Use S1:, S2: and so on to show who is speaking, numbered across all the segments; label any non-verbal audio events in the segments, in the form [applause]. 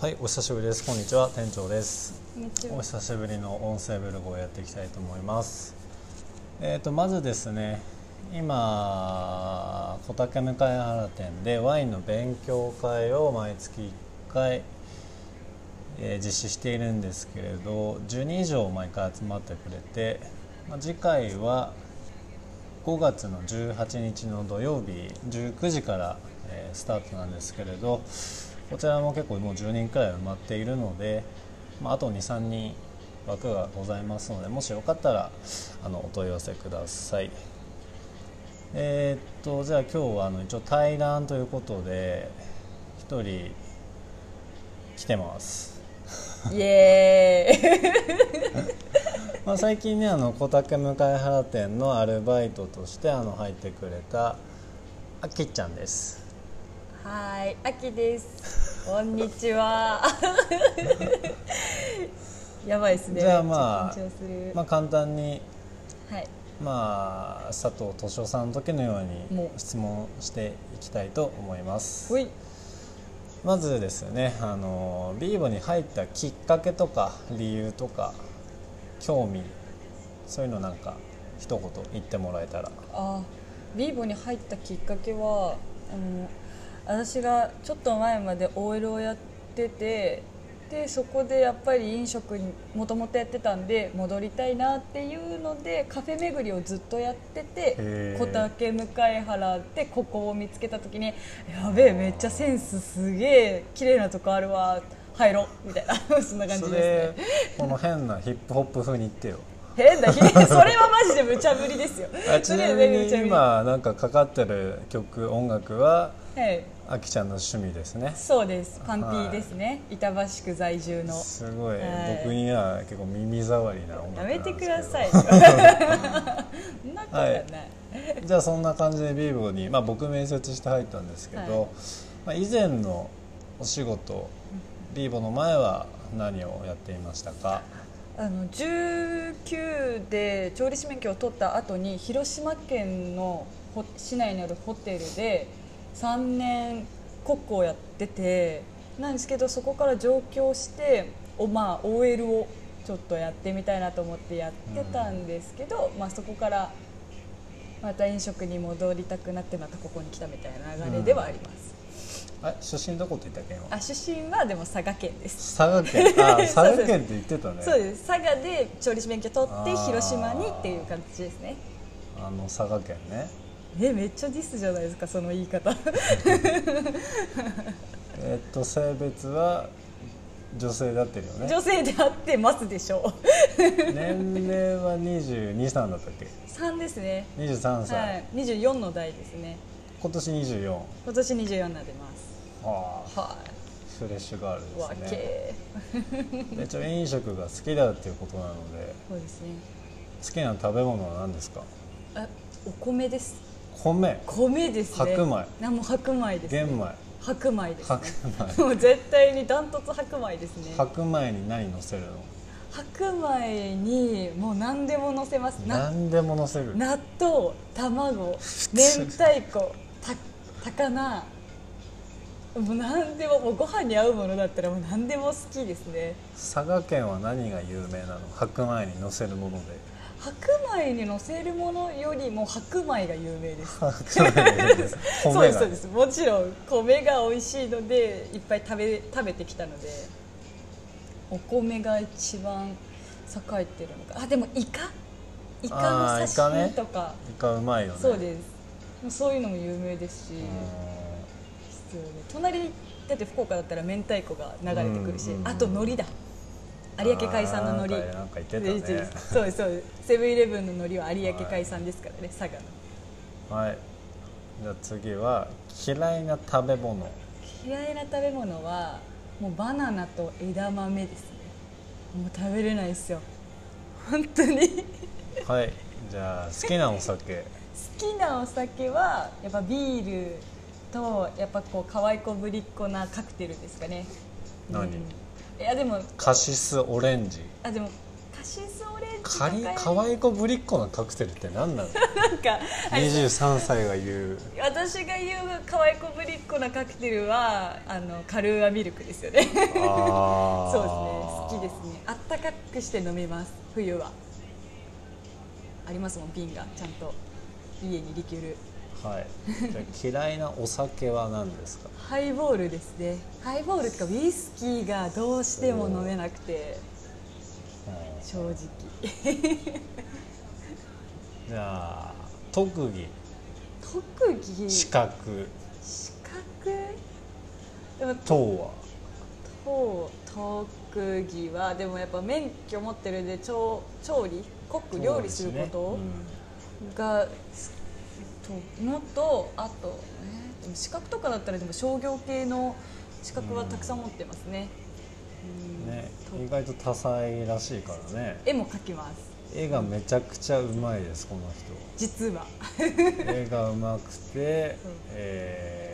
S1: はい、お久しぶりです。こんにちは、店長です。
S2: こんにち
S1: お
S2: は
S1: 久しぶりの音声ブログをやっていきたいと思います。えー、とまずですね今小竹向原店でワインの勉強会を毎月1回、えー実施しているんですけれど10人以上毎回集まってくれて、まあ、次回は5月の18日の土曜日19時から、えースタートなんですけれどこちらも結構もう10人くらい埋まっているので、まあ、あと23人枠がございますのでもしよかったらあのお問い合わせください。えーっとじゃあ今日はあの一応対談ということで1人来てます。
S2: イエ
S1: まあ、最近ねあの小竹向原店のアルバイトとしてあの入ってくれたあきっちゃんです
S2: ーイはい、あきですこんにち
S1: [laughs]
S2: はやばいですね
S1: じゃあまあ
S2: ちょっと緊張する、
S1: まあ、簡単に、
S2: はい、
S1: まあ、佐藤敏夫さんの時のように
S2: もう
S1: 質問していきたいと思います
S2: ほい
S1: まずですねあのビーボに入ったきっかけとか理由とか興味そういうのなんか一言言ってもらえたら
S2: あビーボに入ったきっかけはあの私がちょっと前まで OL をやっててでそこでやっぱり飲食にもともとやってたんで戻りたいなっていうのでカフェ巡りをずっとやって
S1: へ
S2: て
S1: ー
S2: 小竹向原でここを見つけた時に「やべえめっちゃセンスすげえ綺麗なとこあるわ入ろう」みたいな [laughs] そんな感じ
S1: そ
S2: で
S1: れ
S2: すね。
S1: この変なヒップホップ風に言ってよ
S2: 変だひそれはマジで無茶ぶりですよ。
S1: あちなみに
S2: それは無茶
S1: 今なんかかかってる曲音楽は
S2: ぶりはい
S1: あきちゃんの趣味ですね
S2: そうです。パンピーですね。板橋区在住の。
S1: すごい、
S2: はい
S1: 僕には結構耳障りな音
S2: や
S1: 楽な
S2: め
S1: んで
S2: て
S1: す
S2: く
S1: けど
S2: だ
S1: [laughs]
S2: さい。そ [laughs] んなことはない。
S1: じゃあそんな感じでビーボに、まあ、僕面接して入ったんですけど、
S2: はい
S1: まあ、以前のお仕事ビーボの前は何をやっていましたか
S2: あの19で調理師免許を取った後に広島県のほ市内にあるホテルで3年コックをやっててなんですけどそこから上京してお、まあ、OL をちょっとやってみたいなと思ってやってたんですけど、まあ、そこからまた飲食に戻りたくなってまたここに来たみたいな流れではあります、
S1: あ出身どこって言ったっけ今
S2: あ出身はでも佐賀県です
S1: 佐賀
S2: [laughs]
S1: 県あ佐賀
S2: そうそう
S1: 県って言ってたね
S2: そうです佐賀で調理師免許取って
S1: あー
S2: 広島にっていう感じですね
S1: あの佐賀県ね
S2: えめっちゃディスじゃないですかその言い方 [laughs]
S1: えっと性別は女性だってるよね
S2: 女性であってますでしょう
S1: 年齢は22歳だったっけ
S2: 3ですね
S1: 23歳、
S2: はい24の代ですね
S1: 今年24
S2: 今年24になってます
S1: ああ
S2: は
S1: フレッシュガー
S2: いわ
S1: ルですね
S2: け
S1: でちょ飲食が好きだっていうことなので
S2: そうですね
S1: 好きな食べ物は何ですか
S2: あお米です
S1: 米
S2: 米ですね
S1: 白米
S2: なもう白米ですね
S1: 玄米
S2: 白米ですね
S1: 白米
S2: [laughs] もう絶対にダントツ白米ですね
S1: 白米に何乗せるの
S2: 白米にもう何でも乗せますな
S1: 何でも乗せる
S2: 納豆卵明太子た高菜もう何でももうご飯に合うものだったらもう何でも好きですね
S1: 佐賀県は何が有名なの白米に乗せるもので
S2: 白米にのせるものよりも白米が有名です
S1: 白米が有名です米
S2: そうです
S1: が
S2: そうですもちろん米が美味しいのでいっぱい食べ食べてきたのでお米が一番栄えてるのかあでもイカ
S1: あ
S2: イカ
S1: ー
S2: の
S1: イカ
S2: 刺身
S1: ね
S2: とか、
S1: イカうまいよね
S2: そうですそういうのも有名です
S1: う
S2: し、必要で隣だって福岡だったら明太子が流れてくる
S1: う
S2: し、
S1: んうんうん
S2: あと海苔だ
S1: ーん
S2: 有明海産の海
S1: あー
S2: 苔
S1: なんかなんか言ってたね
S2: そうですそうですセブンイレブンの海苔は有明海産ですからね佐賀の
S1: はいじゃあ次は嫌いな食べ物
S2: 嫌いな食べ物はもうバナナと枝豆ですねもう食べれないですよ本当に好
S1: はいじゃあ好きなお酒
S2: きなお酒はやっぱビールとやっぱこう可愛い子ぶりっ子なカクテルですかね
S1: 何
S2: うんいやでも
S1: カシスオレンジ
S2: あでもカシスオレン
S1: かりかわいこぶりっ子のカクテルって何
S2: [laughs]
S1: なの
S2: なんかあれ
S1: 23歳が言う
S2: 私が言う可愛い子ぶりっ子なカクテルはあのカルーアミルクですよねそうですね
S1: あ
S2: 好きですねあったかくして飲みます冬はありますもん瓶がちゃんと家にリキュール
S1: すはいじゃあ嫌いなお酒は何ですか
S2: ハイボールですねハイボールとかウイスキーがどうしても飲めなくて
S1: うん
S2: 正直
S1: じゃあ特技
S2: 特技
S1: 資
S2: 資
S1: 格
S2: 格でも
S1: 等は
S2: と特技はでもやっぱ免許持ってるんで調調理コック料理するこ
S1: そ
S2: と
S1: う
S2: が、とのとあと、えーでも資格とかだったらでも商業系の資格はたくさん持ってますね,うん、
S1: ですねね意
S2: と
S1: 外と多彩らしいからね
S2: 絵も描きます
S1: 絵がめちゃくちゃうまいですこの人
S2: 実は
S1: 絵がうまくて
S2: うん、
S1: えー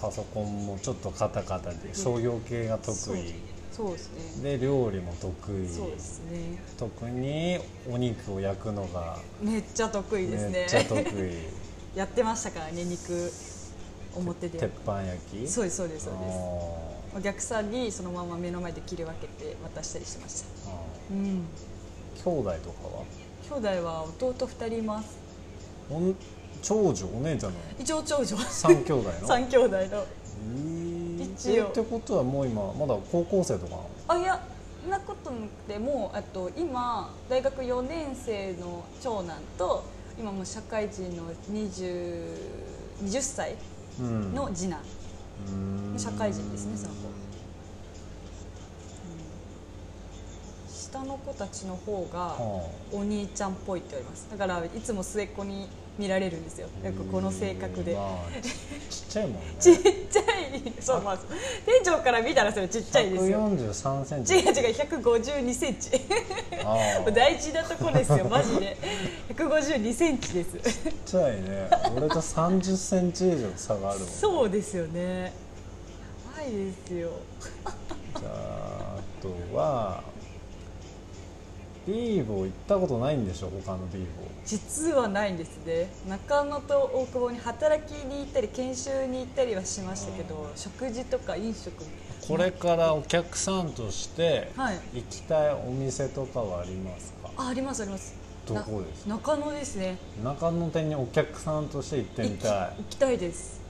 S1: パソコンもちょっとカタカタで商業系が得意
S2: そうですね
S1: で料理も得意
S2: そうですね
S1: 特にお肉を焼くのが
S2: めっちゃ得意ですね
S1: めっちゃ
S2: [laughs]
S1: 得意
S2: やってましたからね肉表
S1: 鉄
S2: で
S1: 板焼き
S2: そう
S1: う
S2: ですそうですそうですお客さんにそのまま目の前で切り分けて渡したりしてました、うん、
S1: 兄弟とかは
S2: 兄弟は弟2人います
S1: おん長女お姉ちゃんの
S2: 一応長女
S1: 三兄弟の
S2: 三兄弟の
S1: えー
S2: 一応
S1: えってことはもう今まだ高校生とかなの
S2: あいやそんなことなくてもうあと今大学4年生の長男と今もう社会人の 20, 20歳
S1: うん
S2: の次男、
S1: うーん
S2: 社会人ですねその子下の子たちの方が、
S1: は
S2: お兄ちゃんっぽいって言われますだからいつも末っ子に見られるんですよ
S1: あ
S2: よくこの性格で、
S1: まあちちっちゃいもんね
S2: [laughs] ちっちゃいそうまあ店長から見たらそれちっちゃいですよ
S1: 143センチ
S2: 違う違う152センチ
S1: あーちっ
S2: 大事なとこですよマジで152センチです
S1: ちゃいね俺と30センチ以上差があるもん
S2: そうですよねやばいですよ
S1: じゃああとはビーボー行ったことないんでしょ他のビー
S2: 実はないんですね中野と大久保に働きに行ったり研修に行ったりはしましたけど食事とか飲食
S1: ボーこれからお客さんとして
S2: はい
S1: 行きたいお店とかはありますか、
S2: あありますあります
S1: どこですか
S2: な中野ですね
S1: 中野店にお客さんとして行ってみた
S2: 行き行きたいです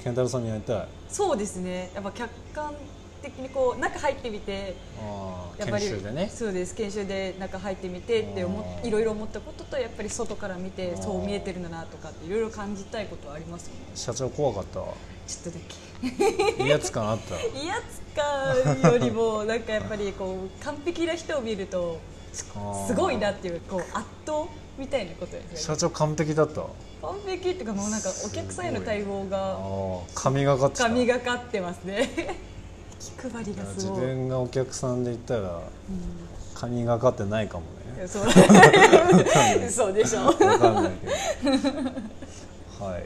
S1: い健太郎さんに会いたい
S2: そうですねやっぱ客観的にこう中入ってみて
S1: あー
S2: やっぱ
S1: 研
S2: り
S1: 修でね
S2: そうです研修で中入ってみてって思
S1: あ
S2: っ
S1: ー
S2: いろいろ思ったこととやっぱり外から見て
S1: あー
S2: そう見えてるんだなとかっていろいろ感じたいことはありますよ
S1: [laughs]
S2: ね
S1: 社長怖かったわ
S2: ちょっとだ
S1: 威圧感あった
S2: け威圧感よりもなんかやっぱりこう完璧な人を見るとす
S1: あー
S2: すごいなっていうこう圧倒みたいなことです
S1: 社
S2: よね
S1: 長完璧だったあ
S2: 完璧っていうかもうなんかお客さんへの対応が
S1: あ神がかってた
S2: 神がかってますね [laughs] 気配りがす
S1: 自
S2: ごい、
S1: 分がお客さんで行ったら神がかってないかもね
S2: そう [laughs] 嘘でしょ
S1: わかんない
S2: [laughs]
S1: けどはい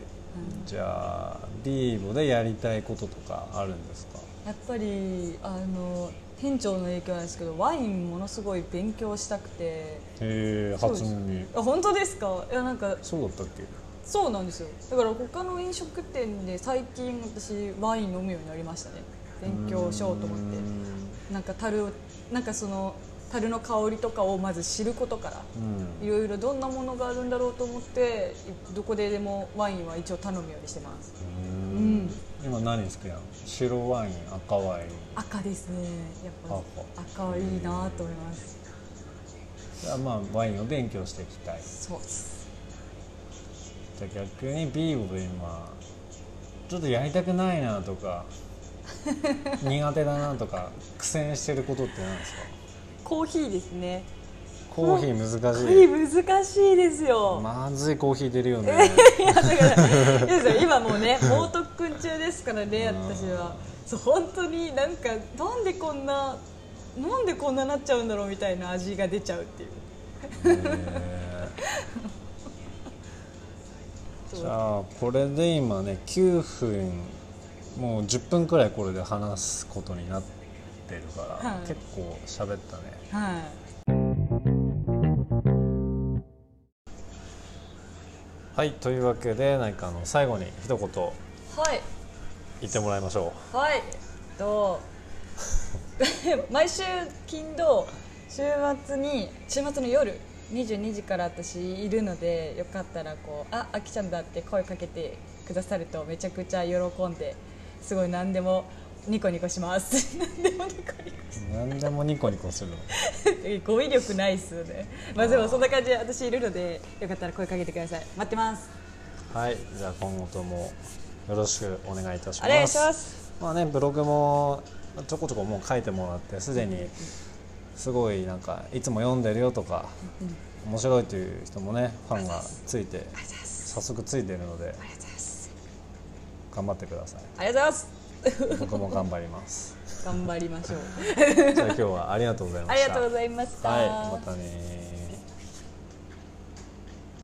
S1: じゃあビーボでやりたいこととかあるんですか
S2: やっぱりあの店長の影響なんですけどワインものすごい勉強したくて
S1: へえ
S2: そうで
S1: 初
S2: す
S1: 耳
S2: あ本当ですかいやなんか
S1: そうだったっけ
S2: そうなんですよだから他の飲食店で最近私ワイン飲むようになりましたね勉強しようと思ってなんか樽をなんかその樽の香りとかをまず知ることから
S1: うん
S2: いろいろどんなものがあるんだろうと思ってどこででもワインは一応頼むようにしてます
S1: うん
S2: うん
S1: 今何好きなの白ワイン赤ワイン
S2: 赤ですねやっぱ赤はいいなと思います
S1: じゃあまあワインを勉強していきたい
S2: そうです
S1: じゃあ逆にビーボで今ちょっとやりたくないなと [laughs] か苦手だなとか苦戦してることって何ですか
S2: コーヒーですね
S1: コーヒー難
S2: コ
S1: し
S2: ー
S1: い
S2: ヒー難しいですよ、
S1: まずいコーヒー出るよね。
S2: いやだからいいですよ今も
S1: [laughs]
S2: うね猛特訓中ですからね
S1: うん
S2: 私はそう本当になんかなんでこんななんでこんななっちゃうんだろうみたいな味が出ちゃうっていう
S1: えーじゃあこれで今ね9分もう10分くらいこれで話すことになってるから、
S2: はい
S1: 結構喋ったね。
S2: は
S1: はいというわけで何かあの最後に一言
S2: はい
S1: 言ってもらいましょ
S2: はい、えっと [laughs] 毎週金土週末に週末の夜22時から私いるのでよかったらこうああきちゃんだって声かけてくださるとめちゃくちゃ喜んですごい何でもニコニコします [laughs] 何でもニコニ
S1: う [laughs]
S2: コ
S1: 何でもニコニコする
S2: え語彙力ないっすよねまあでもそんな感じで私いるのでよかったら声かけてください待ってます
S1: はいじゃあ今後ともよろしくお願いいたします
S2: お願いします
S1: まあねブログもちょこちょこもう書いてもらってすでにすごいなんかいつも読んでるよとか面白いという人もねファンがついて早速ついてるので
S2: ありがとうございます
S1: 頑張ってくだ
S2: [laughs]
S1: さい
S2: ありがとうございます
S1: 僕も頑張ります
S2: [laughs] 頑張りましょう
S1: じゃあ今日はありがとうございま
S2: あ
S1: し
S2: り
S1: た
S2: がとうございました、
S1: はいまたね